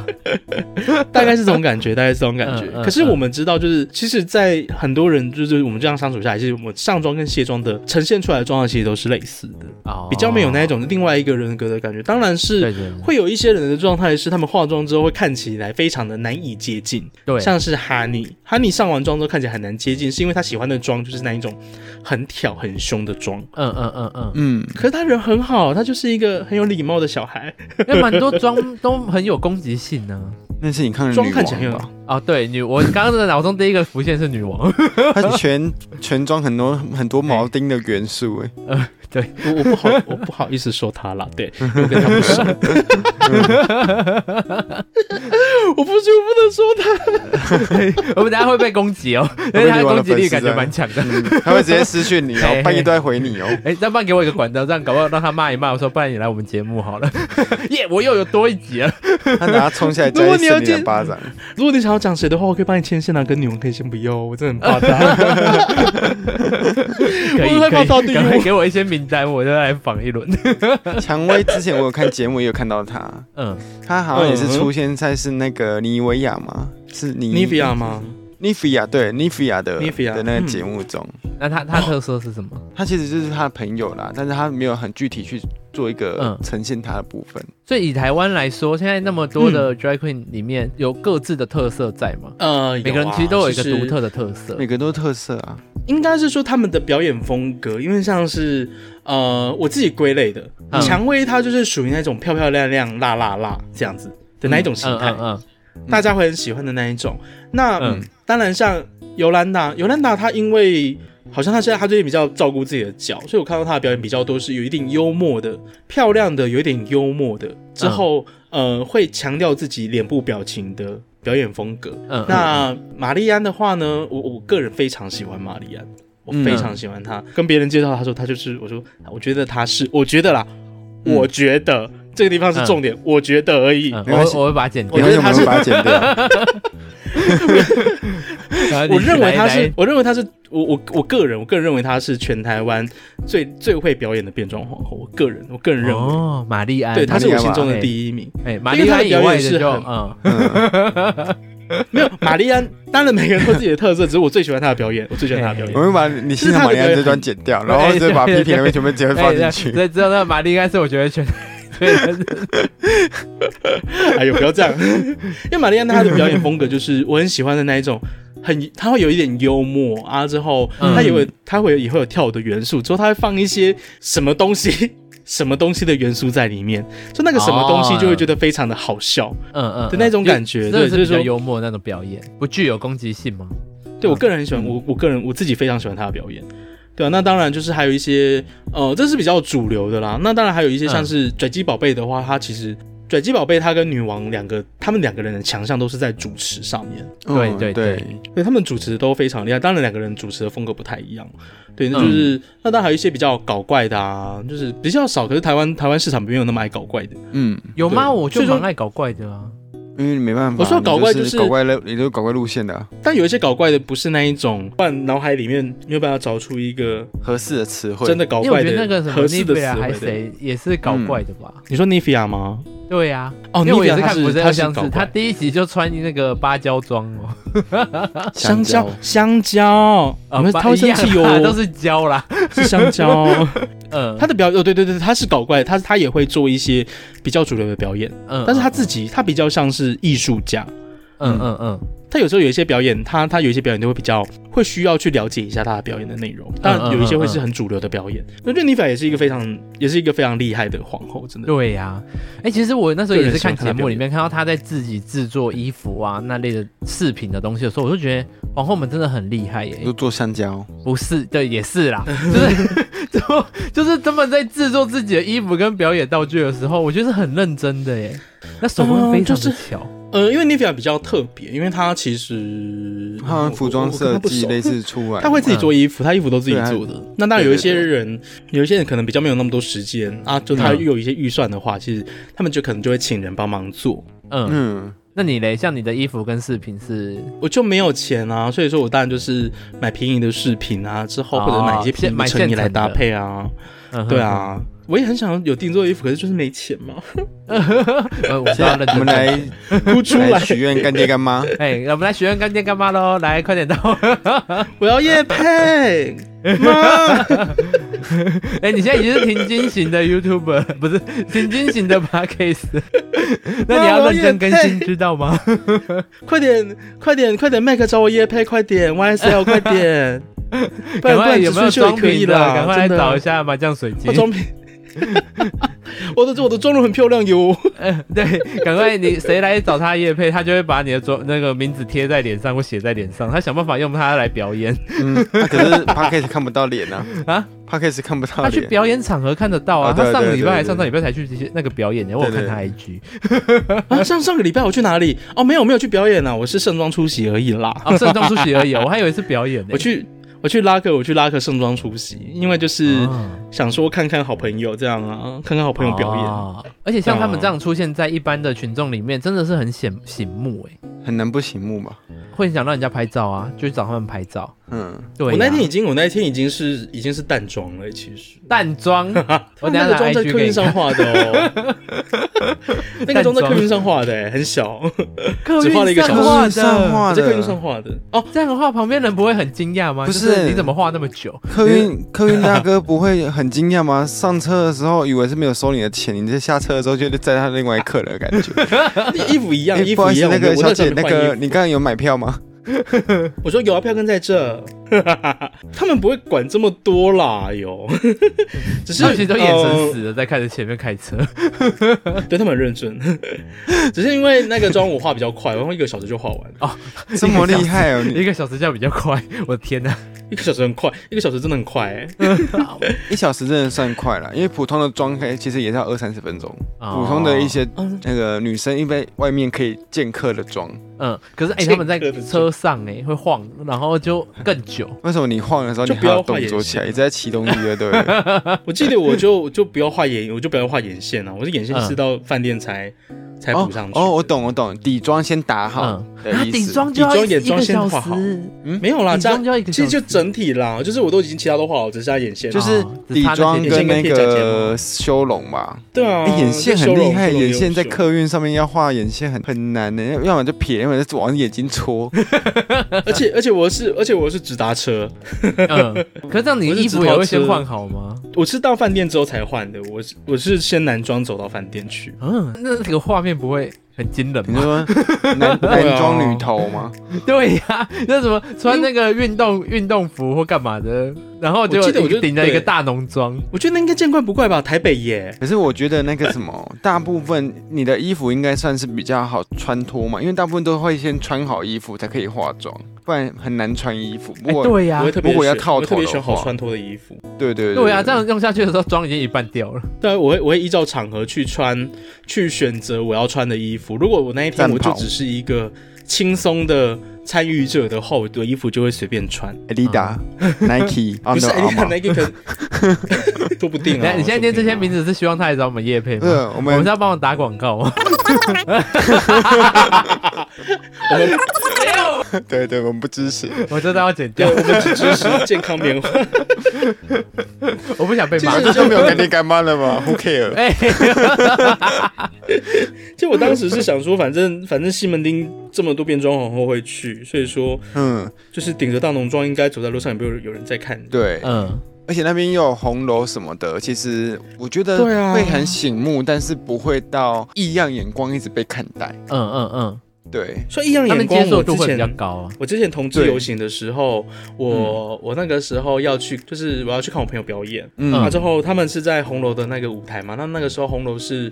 S1: 大概是这种感觉，大概是这种感觉。
S2: 嗯嗯
S1: 可是我们知道，就是其实，在很多人就是我们这样相处下来，其实我们上妆跟卸妆的呈现出来的状态其实都是类似的。
S2: 哦
S1: 比较没有那一种另外一个人格的感觉。当然
S2: 对
S1: 是
S2: 对对
S1: 会有一些人的状态是，他们化妆之后会看起来非常的难以接近，
S2: 对，
S1: 像是哈尼，哈尼上完妆之后看起来很难接近，是因为他喜欢的妆就是那一种很挑很凶的妆。
S2: 嗯嗯嗯嗯，
S3: 嗯，
S1: 可是他人很好，他就是一个很有礼貌的小孩，
S2: 因为蛮多妆 都很有攻击性呢。
S3: 那是你看的
S1: 妆
S3: 女
S1: 看起来很
S3: 王
S1: 有
S3: 吧？
S2: 哦，对，女，我刚刚的脑中第一个浮现是女王，
S3: 它全全装很多很多铆钉的元 素，哎，
S1: 我我不好我不好意思说他啦， 对，因为我跟他不熟，我不是我不能说他，
S2: 我们等 下会被攻击哦，因为她的攻击力感觉蛮强的。
S3: 嗯他会直接私讯你
S2: 嘿
S3: 哦
S2: 嘿，
S3: 半夜都在回你哦。
S2: 哎，再不然给我一个管道，这样搞不好让他骂一骂。我说，不然你来我们节目好了。 耶，我又有多一集了。
S3: 他拿他冲下来
S1: 如
S3: 再
S1: 果你要
S3: 扇你两
S1: 见
S3: 巴掌，
S1: 如果你想要讲谁的话，我可以帮你牵线啊，跟女王可以先不要哦，我真的很怕 他。
S2: 可以
S1: 我害怕到
S2: 可
S1: 底
S2: 以，
S1: 我
S2: 赶快给我一些名单，我就来访一轮。
S3: 蔷薇之前我有看节目，也有看到他，
S2: 嗯，
S3: 他好像也是
S1: 嗯
S3: 出现在是那个妮维雅嘛，是妮
S1: 尼比亚吗？
S3: 尼菲亚对尼菲亚的
S1: Nivea，
S3: 的那个节目中，
S2: 那他他特色是什
S1: 嗯
S2: 么？
S3: 他其实就是他的朋友啦，但是他没有很具体去做一个
S2: 嗯
S3: 呈现他的部分。
S2: 所以以台湾来说，现在那么多
S1: 嗯
S2: 的 drag queen 里面有各自的特色在吗？
S1: 呃，
S2: 每个人其实都有一个独
S1: 特。
S2: 特的特色
S3: 每。个都有特色啊，
S1: 应该是说他们的表演风格，因为像是呃我自己归类的，
S2: 嗯
S1: 蔷薇她就是属于那种漂漂亮亮、辣辣辣这样子的那一种形态，
S2: 嗯嗯
S1: 大家会很喜欢的那一种。那、
S2: 嗯
S1: 嗯当然像尤兰达，尤兰达她因为好像她现在她最近比较照顾自己的脚，所以我看到她的表演比较多是有一点幽默的、漂亮的，有一点幽默的，之后、
S2: 嗯
S1: 呃会强调自己脸部表情的表演风格。
S2: 嗯 嗯，
S1: 那玛丽安的话呢，我我个人非常喜欢玛丽安，
S2: 嗯
S1: 我非常喜欢她。跟别人介绍她说她就是，我说我觉得她是，我觉得啦，
S3: 嗯
S1: 我觉得这个地方是重点，我觉得而已。
S2: 嗯
S3: 没关系
S2: 我我会把它剪
S1: 我
S2: 掉
S1: 觉。得他
S3: 没关系
S1: 是
S3: 我们把它剪掉。
S1: 我认为她是
S2: 来，
S1: 我认为她是，我我我个人，我个人认为她是全台湾最最会表演的变装皇后。我个人，我个人
S2: 来
S1: 认为，
S2: 哦，玛丽安，
S1: 对，她是我
S3: 玛丽安
S1: 心
S3: 嘛
S1: 中的
S2: 哎
S1: 第一名。
S2: 哎，玛
S1: 因
S2: 丽
S1: 为她
S2: 安
S1: 的
S2: 以
S1: 表演
S2: 外的
S1: 是
S2: 就
S1: 很
S2: 嗯，
S1: 没有玛丽安，当然每个人都有自己的特色，只是我最喜欢她的表演，我最喜欢她的表演
S3: 我。们把你欣赏玛丽安这段剪掉， 然后
S1: 哎
S3: 再把批评的全部直接放进去。
S2: 哎所以知道那玛丽安是我觉得全 对
S1: 哎呦，不要这样！因为玛丽安娜她的表演风格就是我很喜欢的那一种，很她会有一点幽默啊，之后
S2: 嗯
S1: 她也会她会有也会有跳舞的元素，之后她会放一些什么东西什么东西的元素在里面，就那个什么东西就会觉得非常的好笑。
S2: 嗯嗯
S1: 的那种感觉对
S2: 这
S1: 就是
S2: 是比较
S1: 说嗯
S2: 幽默的那种表演，不具有攻击性吗？
S1: 对我个人很喜欢，我我个人我自己非常喜欢她的表演。对啊，那当然就是还有一些呃，这是比较主流的啦。那当然还有一些像是拽鸡宝贝的话，它其实拽鸡宝贝它跟女王两个，他们两个人的强项都是在主持上面。
S3: 嗯
S2: 对对
S3: 对，
S1: 对他们主持都非常厉害，当然两个人主持的风格不太一样。对，那
S2: 嗯
S1: 就是、那当然还有一些比较搞怪的啊，就是比较少，可是台湾台湾市场没有那么爱搞怪的。
S3: 嗯，
S2: 有吗？
S1: 对
S2: 我就
S1: 所以说
S2: 蛮爱搞怪的啊。
S3: 因为你没办法，
S1: 我说搞怪
S3: 你
S1: 就是
S3: 搞怪路，你都搞怪路线的啊
S1: 但有一些搞怪的不是那一种，不然脑海里面没有办法找出一个
S3: 合适的词汇，
S1: 真的搞
S2: 因为我
S1: 怪
S2: 觉得那
S1: 的
S2: 个什么
S1: 合适
S2: 尼
S1: 的
S2: 菲
S1: 词
S2: 亚还
S1: 汇的。嗯
S2: 谁也是搞怪的吧？
S1: 你说 Nivea 吗？
S2: 对呀、
S1: 哦
S2: 因为我也
S1: Nivea
S2: 看
S1: 她是
S2: 福
S1: 她
S2: 特
S1: 是
S2: 相
S1: 搞
S2: 似，他
S1: 怪
S2: 第一集就穿那个芭蕉装哦，
S1: 香蕉，香蕉， 你们
S2: 芭
S1: 他会生气
S2: 一样啊 都
S1: 哦，
S2: 是蕉啦。
S1: 是香蕉。
S2: 嗯，
S1: 他的表，哦，对对对，他是搞怪，他他也会做一些比较主流的表演，
S2: 嗯，
S1: 但是他自己他比较像是艺术家，
S2: 嗯嗯嗯
S1: 他有时候有一些表演，他他有一些表演都会比较会需要去了解一下他的表演的内容，当
S2: 嗯
S1: 然有一些会是很主流的表演。那任妮法也是一个非常也是一个非常厉害的皇后，真的。
S2: 对呀、哎、其实我那时候也是看节目里
S1: 个
S2: 面看到他在自己制作衣服啊那类的饰品的东西的时候，我就觉得皇后们真的很厉害耶、
S1: 嗯
S3: 就做香蕉，
S2: 不是，对，也是啦， 就是。就就是 他们在制作自己的衣服跟表演道具的时候，我觉得是很认真的耶，那手
S1: 嗯
S2: 工非
S1: 就
S2: 常
S1: 是
S2: 的巧，
S1: 呃，因为妮法比较特别，因为她其实
S3: 他们服装设计类
S1: 似，
S3: 似出来，
S1: 她会自己做衣服，她衣服都自己
S3: 啊
S1: 做的。那当然有一些人，有一些人可能比较没有那么多时间啊，就他
S2: 嗯
S1: 有一些预算的话，其实他们就可能就会请人帮忙做。
S2: 嗯，
S3: 嗯，
S2: 那你嘞？像你的衣服跟饰品是
S1: 我就没有钱啊，所以说我当然就是买便宜的饰品啊，之后或者买一些
S2: 哦
S1: 便
S2: 现
S1: 宜
S2: 买
S1: 的
S2: 现
S1: 衬衣来
S2: 成的
S1: 搭配啊。
S2: 嗯哼
S1: 对，啊，我也很想有定做衣服，可是就是没钱嘛，
S2: 呃，我知
S3: 现
S2: 道
S3: 在
S2: 了。
S3: 我们来
S1: 哭出
S3: 来
S1: 来。
S3: 许愿干爹干妈，
S2: 哎，我们来许愿干爹干妈喽！来，快点到！
S1: 我要夜配妈，
S2: 哎，你现在已经是停经型的 YouTuber，不是 停经型的 Podcast，那你要认真更新，知道吗？
S1: 快点快点快点，Mac 找我夜配，快点 YSL 快点，不
S2: 赶
S1: 然不
S2: 快
S1: 然
S2: 有
S1: 只
S2: 没
S1: 顺
S2: 有
S1: 秀也
S2: 装
S1: 可以
S2: 瓶的？
S1: 啦，
S2: 赶快来
S1: 真的
S2: 找一下麻将水晶
S1: 我。装瓶。 我的我的妆容很漂亮哟，
S2: 哎对，赶快你谁来找他夜配，他就会把你的装那个名字贴在脸上或写在脸上，他想办法用它来表演。
S3: 嗯，啊可是 p a c k a g e 看不到脸 啊，
S2: 啊
S3: p a c k a g e 看不到
S2: 他去
S3: 脸，
S2: 表演场合看得到
S1: 哦
S2: 啊，
S3: 啊对
S2: 他上个礼
S3: 对对
S2: 拜还
S3: 对
S2: 上上礼拜才去那个表演呢，我有
S3: 对
S2: 看
S3: 对
S2: 他 IG。
S1: 啊，上上个礼拜我去哪里？哦，没有没有去表演啊，我是盛装出席而已啦。
S2: 哦，盛装出席而已哦，我还以为是表演呢。
S1: 我去我去拉客，我去拉客盛装出席，因为就是
S2: 哦
S1: 想说看看好朋友这样啊，看看好朋友表演。
S2: 哦而且像他们这样出现在一般的群众里面，真的是很显醒目哎，
S3: 很难不醒目吧？
S2: 会想让人家拍照啊，就去找他们拍照。
S3: 嗯，
S2: 对、
S1: 我那天已经，我那天已经是已经是淡妆了，其实。啊
S2: 淡妆，我
S1: 那
S2: 等下
S1: 个
S2: 拿
S1: 妆在客
S2: IG 给
S1: 运
S2: 你
S1: 上
S2: 看。
S1: 画的哦， 那个妆在客运上画的、欸，很小，
S2: 客
S1: 只画了一
S2: 运
S1: 个小
S2: 上
S1: 时
S2: 画
S3: 上
S2: 的，
S3: 画
S1: 在客运
S3: 的
S1: 上画的。哦，
S2: 啊这样的话旁边人不会很惊讶吗？
S3: 不
S2: 就是你怎么画那么久？
S3: 客运客运大哥不会很惊讶吗？上车的时候以为是没有收你的钱，你这下车的时候就载他另外一客人的感觉。
S1: 衣服一样，
S3: 哎
S1: 衣
S3: 不好
S1: 服一
S3: 意思，
S1: 样。
S3: 那
S1: 我
S3: 个
S1: 我那
S3: 小
S1: 时候
S3: 姐，
S1: 没
S3: 那
S1: 换衣
S3: 个
S1: 服
S3: 你刚刚有买票吗？
S1: 我说有啊，票根在这， 他们不会管这么多啦，有， 只是哦
S2: 他们其实都眼神
S1: 呃
S2: 死了，在看着前面开车。
S1: 对他们很认真， 只是因为那个妆我画比较快，然后一个小时就画完了，
S3: 这么厉害哦！你
S2: 一个小时这样比较快， 我的天 哪、
S1: 一个小时很快，一个小时真的很快、欸，
S3: 一小时真的算快了，因为普通的妆可以其实也是要二三十分钟。
S2: 哦
S3: 普通的一些
S1: 嗯
S3: 那个女生，一般外面可以见客的妆，
S2: 嗯，可 是哎、
S1: 这
S2: 他们在
S1: 个的
S2: 车上哎、会晃，然后就更久。
S3: 为什么你晃的时候你
S1: 就不
S3: 还
S1: 要
S3: 要
S1: 画
S3: 动
S1: 眼
S3: 作起来，
S1: 线
S3: 一直在骑东西的，对不 对？
S1: 我记得我就就不要画眼，我就不要画眼线啊，我是眼线是到饭店才、才补上去
S3: 哦。哦，我，懂，我懂，底妆先打好
S2: 嗯
S3: 的
S2: 啊
S3: 意思。
S2: 底妆
S1: 底
S2: 就要
S1: 妆
S2: 一
S1: 眼
S2: 一
S1: 妆
S2: 个
S1: 先
S2: 小
S1: 画好
S2: 时，
S1: 嗯没有
S3: 嗯
S1: 啦，
S2: 底
S1: 这
S2: 妆
S1: 样
S2: 就要一个
S1: 其
S2: 小
S1: 实就
S2: 时。
S1: 整体啦，就是我都已经其他都画好，只剩下眼线了。啊
S3: 就是
S2: 哦
S3: 底妆
S2: 只差那些
S1: 眼线
S3: 跟
S1: 跟
S3: 那
S1: 贴假睫
S3: 个
S1: 毛
S3: 修容吧。
S1: 对啊，
S3: 哎眼线很厉害，
S1: 就修容
S3: 眼线在。
S1: 修容
S3: 客运上面要画眼线很很难的，要要么就撇，要么就往眼 睛戳。
S1: 而且而且我是而且我是直达车，
S2: 嗯，可是这样你
S1: 我是
S2: 衣服
S1: 直
S2: 也
S1: 头
S2: 会先
S1: 吃
S2: 换好吗？
S1: 我是到饭店之后才换的，我是我是先男装走到饭店去，
S2: 嗯，那这个画面不会很惊人
S3: 你
S2: 吗？
S3: 说 男
S1: 对
S3: 男
S1: 啊
S3: 装女头吗？
S2: 对呀、那什么穿那个运动运动服或干嘛的，然后就
S1: 我记得
S2: 一
S1: 我
S2: 个
S1: 就
S2: 顶着一个
S1: 对
S2: 大浓妆，
S1: 我觉得那应该见怪不怪吧，台北耶，
S3: 可是我觉得那个 什么，大部分你的衣服应该算是比较好穿脱嘛，因为大部分都会先穿好衣服才可以化妆，不然很难穿衣服。
S2: 哎
S3: 不过，
S2: 对呀、
S1: 我会特别
S3: 啊如果要
S1: 选
S3: 套
S1: 我会特别
S3: 头的
S1: 选好
S3: 话
S1: 穿脱的衣服，
S3: 对对
S2: 对呀、啊这样用下去的时候妆已经一半 掉了。
S1: 对啊，我会我会依照场合去穿，去选择我要穿的衣服。如果我那一天
S3: 战袍
S1: 我就只是一个轻松的参与者的话，我的衣服就会随便穿，
S2: 啊
S3: Adidas、Nike、
S1: 不
S3: Under
S1: 是 a
S3: Armour。
S1: 那个可
S3: 啊
S1: 能说不定
S2: 你
S1: 啊。
S2: 看，你现在念这些名
S1: 字，
S2: 字是希望他来找我们叶配吗？
S3: 对，我
S2: 我们
S3: 们
S2: 是要帮我打广 告吗？
S1: 我们
S3: 对对，我们不支持。
S2: 我真的要剪
S1: 对
S2: 掉，
S1: 我们只支持健康 棉花。
S2: 我不想被骂
S1: 其。实
S3: 就没有干爹干妈了吗？Who care？
S2: 哎、
S1: 就我当时是想说，反正反正西门町这么多变装皇后会去，所以说
S3: 嗯，
S1: 就是顶着大浓妆，应该走在路上也没有有人在看你。
S3: 对，
S2: 嗯，
S3: 而且那边又有红楼什么的，其实我觉得
S1: 对啊
S3: 会很醒目，但是不会到异样眼光一直被看待。
S2: 嗯嗯嗯，
S3: 对，
S1: 所以异样
S2: 他
S1: 眼
S2: 们
S1: 光，
S2: 接受
S1: 我
S2: 度
S1: 之
S2: 会比较
S1: 前
S2: 高啊。
S1: 我之前同志
S3: 对
S1: 游行的时候，我、我那个时候要去，就是我要去看我朋友表演。啊
S3: 嗯，
S1: 那、之后他们是在红楼的那个舞台嘛，那那个时候红楼是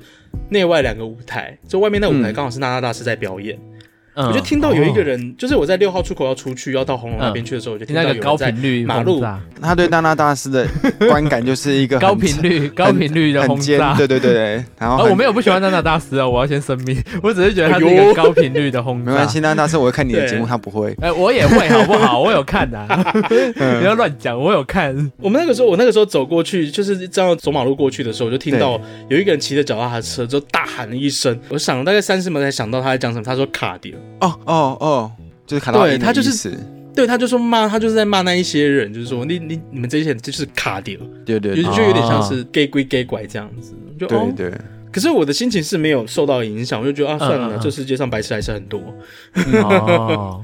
S1: 内外两个舞台，就外面那舞台
S3: 嗯
S1: 刚好是娜娜大师在表演。
S2: 嗯
S1: 我就听到有一个人，就是我在六号出口要出去要到红楼那边去的时候，我就听
S2: 听到
S1: 到
S2: 一
S1: 有
S2: 个高
S1: 人在
S2: 频率
S1: 马路
S2: 轰炸
S3: 他对娜娜大师的观感就是一个很
S2: 高频率、高频率的
S3: 很
S2: 轰
S3: 尖
S2: 炸，。
S3: 对对对对。然
S2: 啊，
S3: 后很
S2: 我没有不喜欢娜娜大师啊，我要先声明，我只是觉得他是一
S1: 哎
S2: 个
S1: 呦
S2: 高频率的轰
S3: 没
S2: 炸。
S3: 关系，娜娜大师我会看你的节
S1: 啊
S3: 目，
S1: 对
S3: 他 不会。嗯
S2: 哎、我也会好不好？我有看呐、啊，不要乱讲，我有看。
S1: 我们那个时候，我那个时候走过去，就是这样走马路过去的时候，我就听到有一个人骑着脚踏车，就大喊了一声。我想了大概三十秒才想到他在讲什么，他说卡点。
S3: 哦哦哦，就是卡到
S1: 对
S3: 音的
S1: 他就
S3: 意
S1: 是
S3: 思
S1: 对，他就说骂，他就是在骂那一些人，就是说你你你们这些人就是卡点，
S3: 对对
S1: 就
S3: 对
S2: 哦
S1: 就有点像是 gay 归 gay 拐这样子。就
S3: 对
S1: 哦，
S3: 对，
S1: 可是我的心情是没有受到影响，我就觉得啊，算了，
S2: 嗯嗯
S1: 这世界上白痴还是很多。
S2: 哦，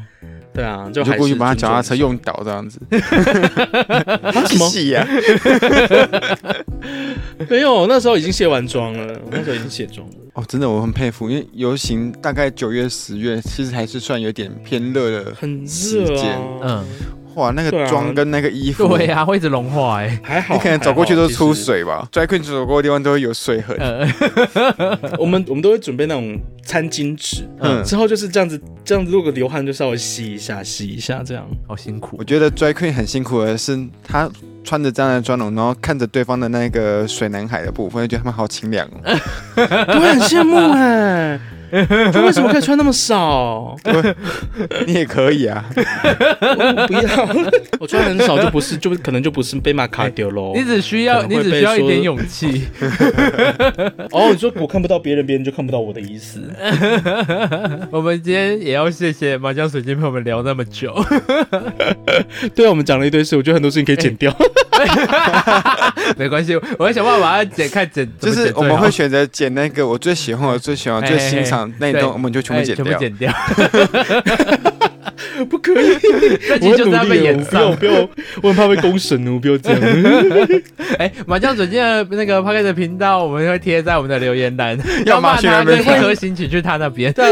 S1: 对啊，就
S3: 你
S1: 还
S3: 就是过去把他脚踏车
S1: 尊重一下。啊
S3: 用倒这 样子。什么戏呀？
S1: 没有，那时候已经卸完妆了，我那时候已经卸妆了。
S3: 哦，真的我很佩服，因为游行大概九月、十月，其实还是算有点偏热的。
S1: 很
S3: 时
S1: 热
S3: 间
S1: 啊，
S2: 嗯，
S3: 哇，那
S1: 对
S3: 个
S1: 啊
S3: 妆跟那个衣服，
S2: 对呀、会一直融化哎、
S1: 还好。
S3: 你可能走过去
S1: 还好
S3: 都出。
S1: 其实嗯
S3: 水吧？Drag Queen 走过的地方都会有水痕。
S2: 呃，
S1: 我们我们都会准备那种餐巾纸，
S3: 嗯
S1: 嗯，之后就是这样子，这样子如果流汗就稍微吸一下，吸一下这样。
S2: 好辛苦
S3: 我。觉得 Drag Queen 很辛苦的是，她穿着这样的妆容，然后看着对 方的那个水男孩的部分，就觉得他们好清凉哦。
S1: 我很羡慕哎、就为什么可以穿那么少？
S3: 你也可以啊，
S1: 我不要，我穿很少就不是，就可能就不是被骂卡丢 喽。
S2: 你只需
S1: 可
S2: 要
S1: 能
S2: 你
S1: 会
S2: 只
S1: 被
S2: 需要一
S1: 说
S2: 点勇气，
S1: 哦，你说我看不到别人，别人就看不到我的意思。
S2: 我们今天也要谢谢麻将水晶陪我们聊那么久。
S1: 对啊，我们讲了一堆事，我觉得很多事情可以剪掉。
S2: 没关系，我会想办法把它剪，看剪，
S3: 就是
S2: 怎么剪
S3: 我
S2: 最
S3: 们
S2: 好
S3: 会选择剪那个我最喜欢、我最喜
S2: 哎
S3: 欢、我最啊欣赏那一
S2: 对
S3: 段，我们就全部
S2: 哎
S3: 剪
S2: 全部
S3: 掉。
S2: 剪 掉。
S1: 不可 以，
S2: 这
S1: 我
S2: 集
S1: 会
S2: 就是
S1: 努
S2: 要被
S1: 力
S2: 演
S1: 哦，我
S2: 上。
S1: 不要，我不要，我很怕被公审哦，我不要这样。
S2: 哎，麻将水晶的那个 p o c k e t 的频道，我们会贴在我们的留言 栏。
S3: 要
S2: 骂
S3: 骂
S2: 他，
S3: 学
S2: 跟一
S3: 妹
S2: 颗星请去他那边。
S3: 啊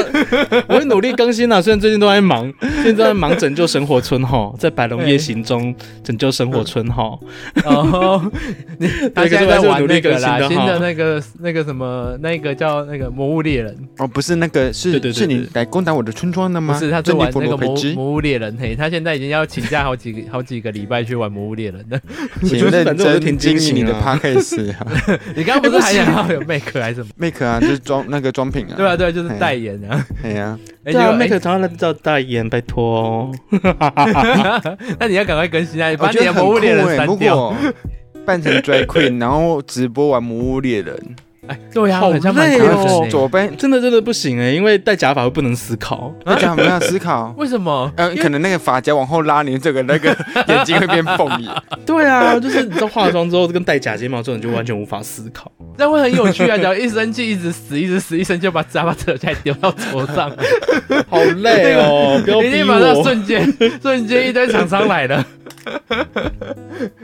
S1: 我会努力更新啊，虽然最近都在 忙，现在都在忙拯救生活村哈，在百龙夜行中拯救生活村哈。
S2: 哦，你他
S1: 对可
S2: 现
S1: 是
S2: 在
S1: 我还
S2: 在
S1: 是
S2: 玩
S1: 努
S2: 那
S1: 力
S2: 个
S1: 更新
S2: 啦，
S1: 的
S2: 新
S1: 哈
S2: 的那个那个什么，那个叫那个《魔物猎人》，
S3: 哦，不是那个，
S1: 对
S3: 是
S1: 对对
S3: 是你
S1: 对
S3: 来攻打我的村庄的
S2: 不
S3: 吗？
S2: 是他在
S3: 真
S2: 玩
S3: 的不
S2: 那
S3: 如
S2: 个
S3: 培
S2: 魔物《
S3: 植
S2: 魔物猎人》嘿，他现在已经要请假好几个好几个礼拜去玩《魔物猎人》了。
S1: 觉
S3: 请
S1: 得
S3: 认
S1: 反正我都
S3: 真
S1: 挺清
S3: 经营
S1: 醒
S3: 你的
S1: 啊
S3: podcast 啊
S2: 你刚刚不是还想要有 make 还是什么？
S3: ，make 啊，就是装那个装品啊。
S2: 对 啊，对啊，就是代言啊。
S3: 哎呀，
S2: 哎
S1: 对啊
S2: 结果哎
S1: ，Make 常常来找代言，拜托哦。
S2: 那你要赶快更新啊！你把
S3: 哦我
S2: 你的
S3: 觉
S2: 《
S3: 得很
S2: 魔
S3: 酷
S2: 物猎人》
S3: 哎，如
S2: 删掉。
S3: 果扮成 drag queen，然后直播玩《魔物猎人
S2: 哎，对呀，
S1: 好
S2: 很像蛮
S1: 累
S2: 酷的
S3: 然后
S1: 哦
S2: 呢
S3: 左边，
S1: 真的真的不行哎、因为戴假发会不能思考。
S3: 那就很没有 思考。
S2: 为什么？
S3: 呃，可能那个发夹往后拉，你这个那个 眼睛会变凤眼。
S1: 对啊，就是你知道化妆之后跟戴假睫毛之后，你就完全无法思 考。
S2: 那会很有趣啊！只要一生气，一直死，一直死，一生气就把沙发扯起来丢到桌上，
S1: 好累 哦， 不要逼
S2: 一啊定马上
S1: 我。
S2: 瞬间 瞬间一堆厂商 来了。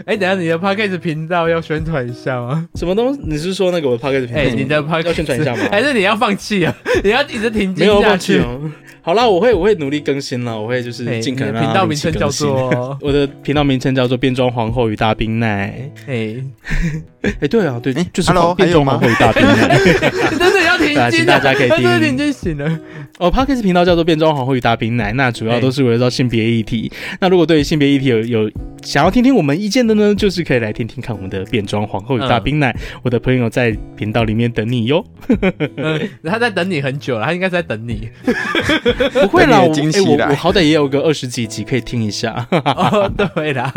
S2: 哎、等一下你的 podcast 频道要宣传一下吗？
S1: 什么东西？你是说那个我的 podcast 频道
S2: 哎、你的 podcast
S1: 要宣传一下吗
S2: 还是你要放弃啊？你要一直停
S1: 没
S2: 经
S1: 有
S2: 下
S1: 放弃
S2: 去？
S1: 哦。好啦，我会我会努力更新了，我会就是
S2: 哎
S1: 尽可能
S2: 你
S1: 让它
S2: 的频道
S1: 定
S2: 名
S1: 期
S2: 称叫
S1: 更新
S2: 做
S1: 我的频道名称叫做“变装皇后与大冰奶
S2: 哎，”。
S1: 哎，对啊，对
S3: 哎，
S1: 就是“
S3: ，hello，
S1: 变装皇后与大冰奶
S2: 你哎真的要停
S1: 对啊
S2: 经
S1: 请
S2: 了，
S1: 大家可以
S2: 他 真的
S1: 听
S2: 停经醒了。”。
S1: 哦 p o d c a s t 频道叫做“变装皇后与大冰奶”，那主要都是围绕性别议题。那如果对于性别议题有有想要听听我们意见的呢，就是可以来听听看我们的“变装皇后与大冰奶”。我的朋友在频道里面等你哟。
S2: 嗯，他在等你很久了，他应该是在等 你。
S1: 不会啦，
S3: 等
S1: 我
S3: 你的惊
S1: 哎
S3: 喜
S1: 我
S3: 来
S1: 我好歹也有个二十几集可以听一下。
S2: 哦，对啦，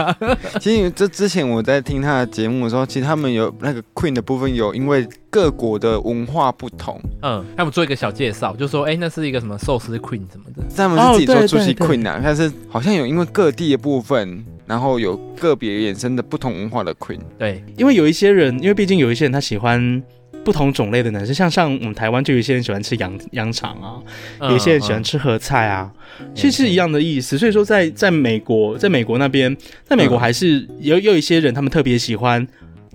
S3: 其实这之前我在听他的节目的时候，其实他们有那个 Queen 的部分有，因为各国的文化不同，
S2: 嗯，他们做一个小介绍，就说哎、那是一个什么寿司 queen 什么的。
S3: 他们是自己
S1: 哦
S3: 做
S1: 对
S3: 出席
S1: 对
S3: Queen 啊，但是好像有因为各地的部分，然后有个别衍生的不同文化的 Queen，
S2: 对，
S1: 因为有一些人，因为毕竟有一些人他喜欢不同种类的男生，像像我们台湾就有一些人喜欢吃羊羊肠啊，
S2: 嗯
S1: 有一些人喜欢吃合菜啊，其实是一样的意思。所以说在，在美国，在美国那边，在美国
S3: 嗯
S1: 还是有有一些人他们特别喜欢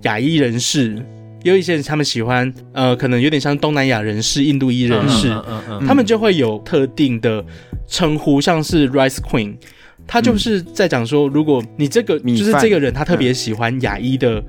S1: 亚裔人士，也有一些人他们喜欢呃，可能有点像东南亚人士、印度裔人士，
S2: 嗯嗯嗯
S1: 他们就会有特定的称呼，像是 Rice Queen，他就是在讲说，如果你这个就
S3: 米
S1: 是
S3: 饭
S1: 这个人他特别喜欢亚裔的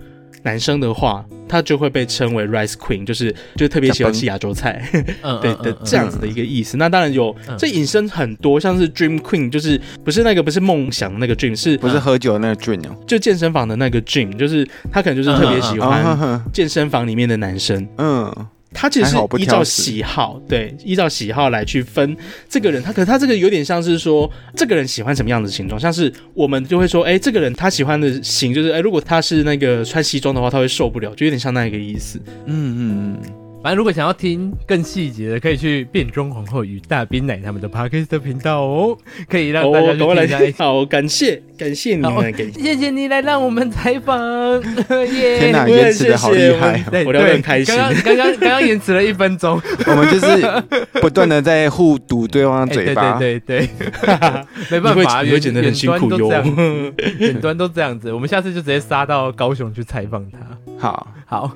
S1: 男生的话，他就会被称为 Rice Queen，就是就是特别喜欢吃亚洲菜，
S2: 嗯
S1: 对的这样子的一个意思。那当然有
S2: 嗯，
S1: 这引申很多，像是 Dream Queen，就是不是那个不是梦想的那个 Dream，是
S3: 不是喝酒的那个 Queen 哦，
S1: 就健身房的那个 Dream，就是他可能就是特别喜
S2: 嗯
S3: 啊呵
S1: 欢
S3: 呵
S1: 健身房里面的男生。
S3: 嗯，
S1: 他其实
S3: 还
S1: 是
S3: 好不
S1: 依
S3: 挑
S1: 照
S3: 食
S1: 喜好，对，依照喜好来去分这个人。他可他这个有点像是说，这个人喜欢什么样的形状，像是我们就会说，哎，这个人他喜欢的型就是，哎，如果他是那个穿西装的话，他会受不了，就有点像那一个意思。
S3: 嗯嗯嗯，
S2: 反正如果想要听更细节的，可以去变装皇后与大兵奶他们的 podcast 的频道哦，可以让
S1: 哦，
S2: 大家去
S1: 赶快
S2: 听一
S1: 来
S2: 下。
S1: 听， 好，感谢感谢你
S2: 好
S1: 们，给
S2: 谢谢你来让我们采 访，耶！
S3: 天哪，
S1: 我也
S3: 啊延迟的好厉害哦，
S2: 对，
S1: 我哎聊得很开心
S2: 刚刚刚刚刚刚延迟了一分钟，
S3: 我们就是不断的在互堵对方 的
S2: 哎
S3: 嘴巴，
S2: 对对对 对，没
S1: 你
S2: 办
S1: 会
S2: 法，
S1: 你
S2: 远
S1: 会觉得很辛苦哟。
S2: 远端 都这样子远端都这样子，我们下次就直接杀到高雄去采访他。
S3: 好，
S2: 好，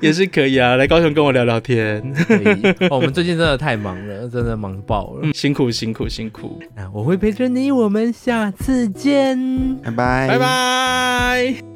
S1: 也是可以啊，来高雄跟我聊聊天，
S2: 可以。哦我们最近真的太忙了，真的忙爆了。
S1: 嗯辛苦辛苦辛苦，
S2: 那我会陪着你，我们下次见。
S3: 拜拜，
S1: 拜。拜。